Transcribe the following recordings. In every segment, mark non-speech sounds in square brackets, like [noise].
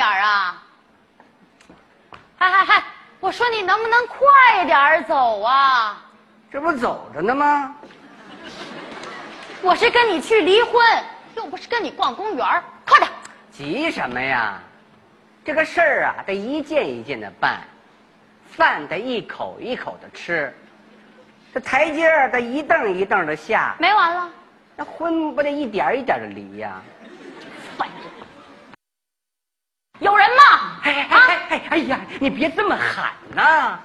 啊嗨嗨嗨！我说你能不能快点儿走啊？这不走着呢吗？我是跟你去离婚，又不是跟你逛公园儿快点儿！急什么呀？这个事儿啊，得一件一件的办，饭得一口一口的吃，这台阶儿得一凳一凳的下，没完了，那婚不得一点儿一点的离呀、烦人！有人吗？哎哎啊，哎哎哎呀，你别这么喊呐、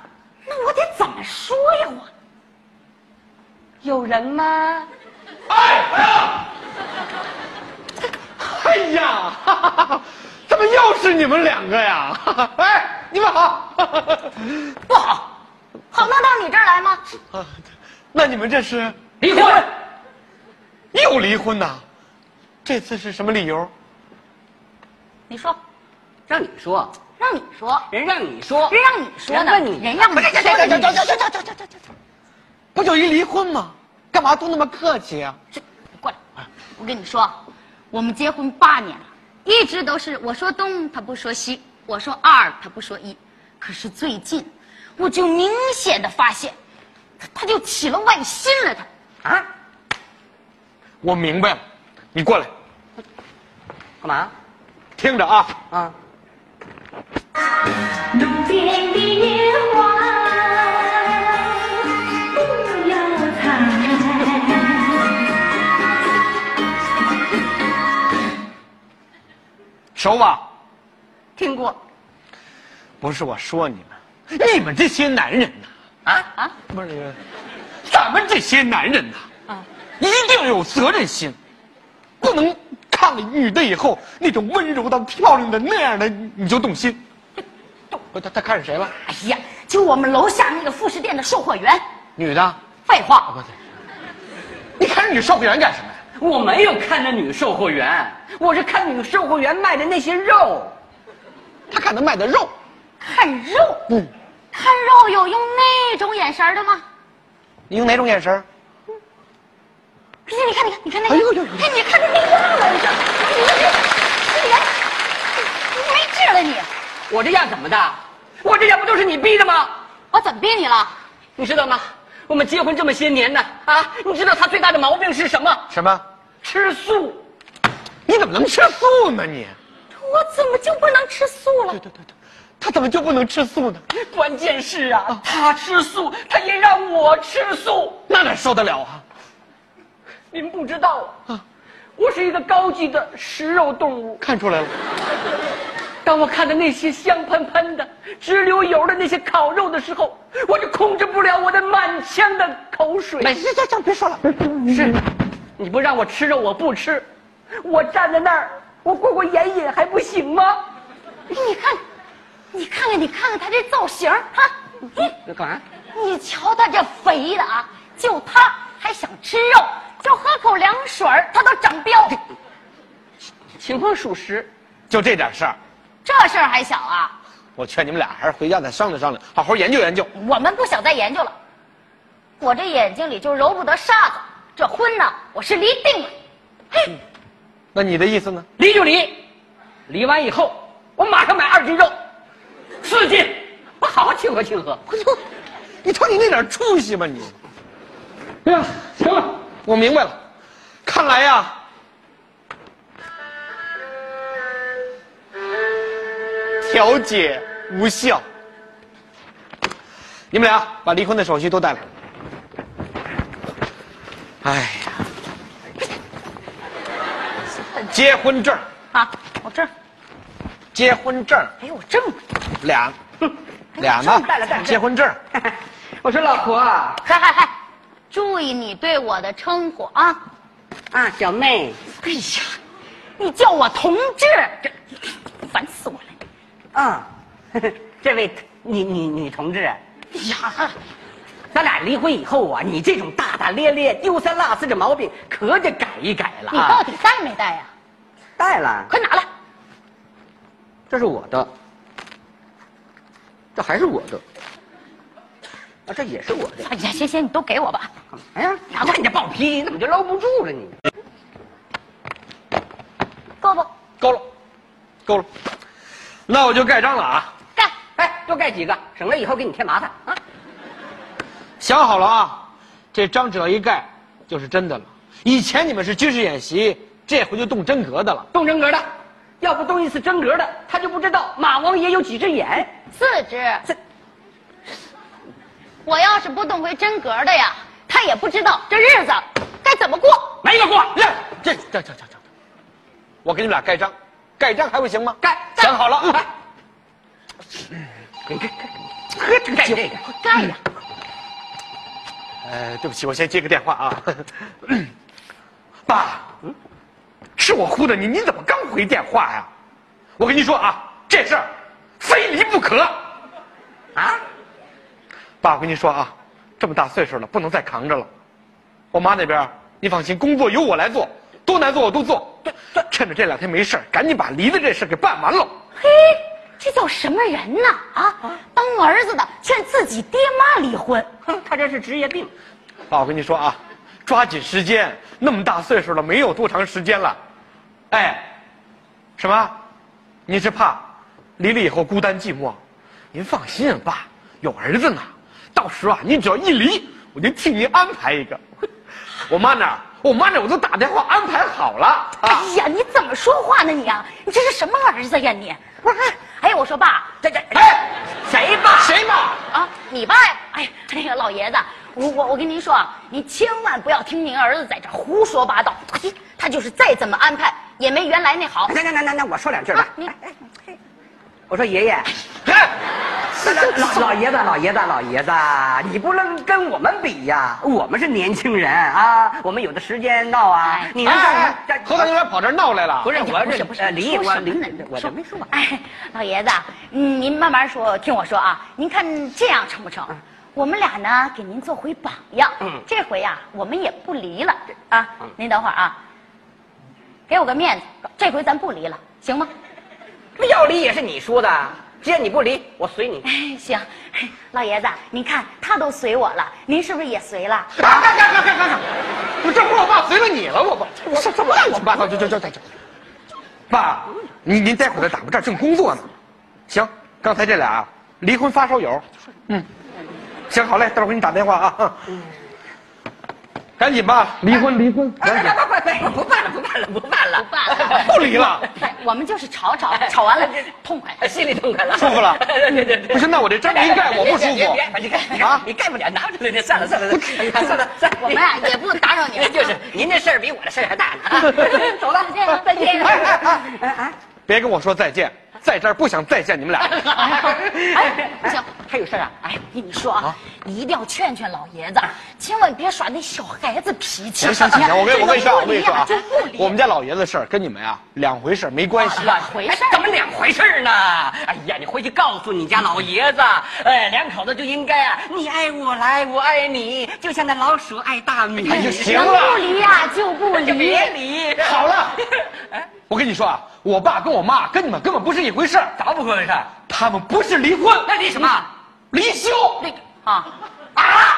那我得怎么说呀？我有人吗？哎呀，哈哈哈哈怎么又是你们两个呀？哈哈哎，你们好。哈哈不好，好能到你这儿来吗？啊那你们这是离婚！又离婚呐？这次是什么理由？你说， [laughs] 让你说，让你说，人让你说，人让你说呢，人问你人让你这说呢，你这这这这这，不就一离婚吗？干嘛都那么客气啊？这过来，我跟你说，我们结婚八年了，一直都是我说东他不说西，我说二他不说一。可是最近，我就明显的发现，他他就起了外心了。他啊？我明白了，你过来，干嘛？听着啊。啊？路边的野花不要采，熟吧？听过？不是我说你们，你们这些男人呐、啊？啊，不是，咱们这些男人呐、啊一定有责任心，不能看了女的以后那种温柔的、漂亮的那样的你就 [laughs] 动心。不是他他看上谁了？哎呀，就我们楼下那个副食店的售货员，女的？啊废话，不对，你看上女售货员干什么呀？我没有看那女售货员，我是看女售货员卖的那些肉。他看他卖的肉，看肉，嗯，看肉有用那种眼神儿的吗？你用哪种眼神儿？哎呀，你看，你看，你看那个，哎呦呦呦哎，你看他那样了，你看，哎呦这这人没治了你，啊我这样怎么的？我这样不就是你逼的吗？我怎么逼你了？你知道吗？我们结婚这么些年呢，啊，你知道他最大的毛病是什么？什么？吃素。你怎么能吃素呢？你？我怎么就不能吃素了对？对对对，他怎么就不能吃素呢？关键是啊，他吃素，他也让我吃素。那哪受得了啊？您不知道啊啊，我是一个高级的食肉动物。看出来了。当我看到那些香喷喷的、直流油的那些烤肉的时候，我就控制不了我的满腔的口水。没事，这这别说了。是，你不让我吃肉，我不吃。我站在那儿，我过过眼瘾还不行吗？你看，你看看，你看看他这造型儿哈、你干嘛？你瞧他这肥的啊，就他还想吃肉，就喝口凉水儿他都长膘，情况属实。就这点事儿，这事儿还小啊？我劝你们俩还是回家再商量商量，好好研究研究。我们不想再研究了。我这眼睛里就揉不得沙子，这婚呢，我是离定了。嘿，那你的意思呢？离就离，离完以后我马上买二斤肉，四斤，我好好庆贺庆贺。哎呦，你瞅你那点出息吧你！哎呀，行了，我明白了，看来啊呀，调解无效。你们俩把离婚的手续都带来。哎呀，结婚证儿，啊，我这儿，结婚证儿哎呦，我这么，俩，俩哎呢呦带了带了？结婚证儿。我说老婆啊，嗨嗨嗨，注意你对我的称呼啊！啊小妹，哎呀，你叫我同志，这烦死我了！啊， [laughs] 这位女女女同志，啊哎呀，咱俩离婚以后啊，你这种大大咧咧、丢三落四的毛病，可得改一改了你到啊！底带没带呀、带了，快拿来！这是我的，这还是我的，啊，这也是我的。哎呀，行行，你都给我吧。哎呀，拿过来你这暴脾气，你怎么就搂不住了你？够不？够了，够了，那我就盖章了啊！干！哎，多盖几个，省得以后给你添麻烦啊。想好了啊，这章只要一盖，就是真的了。以前你们是军事演习，这回就动真格的了。动真格的，要不动一次真格的，他就不知道马王爷有几只眼。四只这。我要是不动回真格的呀，他也不知道这日子该怎么过。没个过，呀，这这这这这，我给你们俩盖章，盖章还不行吗？盖想好了哎啊。呵，盖这个。盖呀，呃，对不起，我先接个电话啊。 [coughs] 爸，是我忽的你，你怎么刚回电话呀、我跟你说啊，这事儿非离不可。啊，爸，我跟你说啊，这么大岁数了，不能再扛着了。我妈那边，你放心，工作由我来做，多难做我都做。趁着这两天没事儿赶紧把离的这事给办完了。嘿，这叫什么人呐？啊，当儿子的劝自己爹妈离婚，哼，他这是职业病。爸，我跟你说啊，抓紧时间，那么大岁数了，没有多长时间了。哎，什么？您是怕离了以后孤单寂寞？您放心，啊爸，有儿子呢。到时候啊，您只要一离，我就替您安排一个。我妈那儿，我妈那儿我都打电话安排好了啊哎。呀，你怎么说话呢你啊？你这是什么儿子呀你？不是，哎呀，我说爸这这，哎，谁吧？谁嘛？啊，你爸呀，哎呀，那个老爷子，我我我跟您说啊，您千万不要听您儿子在这胡说八道，嘿他就是再怎么安排也没原来那好。那那那那那，我说两句啊吧，。哎你我说爷爷，哎，老老老爷子，老爷子，老爷子，你不能跟我们比呀，我们是年轻人啊，我们有的时间闹啊哎。你让哎我哎们，侯大牛来跑这儿闹来了。不是哎呀我不这是不呃是，离说我什么呢离你我这说没说完哎，老爷子，嗯，您慢慢说，听我说啊，您看这样成不成？我们俩呢，给您做回榜样。嗯这回呀、我们也不离了啊嗯。您等会儿啊，给我个面子，这回咱不离了，行吗？要离也是你说的，既然你不离，我随你。哎，行，哎老爷子，您看他都随我了，您是不是也随了？啊，看看看看看看，我这不是我爸随了你了，我爸，我这这我爸，这这这这这，爸，您您待会儿再打吧，这儿正工作呢。行，刚才这俩离婚发烧友，嗯，行好嘞，待会儿给你打电话啊，嗯，赶紧吧，离婚离婚，哎，赶紧，快快快！不办了，不办了，不办了，不办了不离了，哎我们就是吵吵，吵完了痛快。哎，心里痛快了，舒服了 [laughs] 对对对，不是那我这章没盖我不舒服别别别你看，你看啊，你盖不了，拿出来，算了算了，算了算了，算了我们啊也不打扰您了，就是您这事儿比我的事儿还大呢啊。走了，再见再见。哎哎哎哎哎，别跟我说再见，在这儿不想再见你们俩。哎，不行，还有事儿啊？哎，跟你说啊，一定要劝劝老爷子，千万别耍那小孩子脾气。行行行行，我跟我跟你说，我跟你说啊就不，理我们家老爷子事儿跟你们啊两回事儿没关系。啊两回事儿哎怎么两回事儿呢？哎呀，你回去告诉你家老爷子，哎，两口子就应该啊，你爱我来，我爱你，就像那老鼠爱大米。哎呀，行 [laughs] 能不了，离呀就不就离。别理，哎好了， [laughs] 我跟你说啊，我爸跟我妈跟你们根本不是一回事儿，咋不合适？他们不是离婚，那离什么？离休。啊，啊！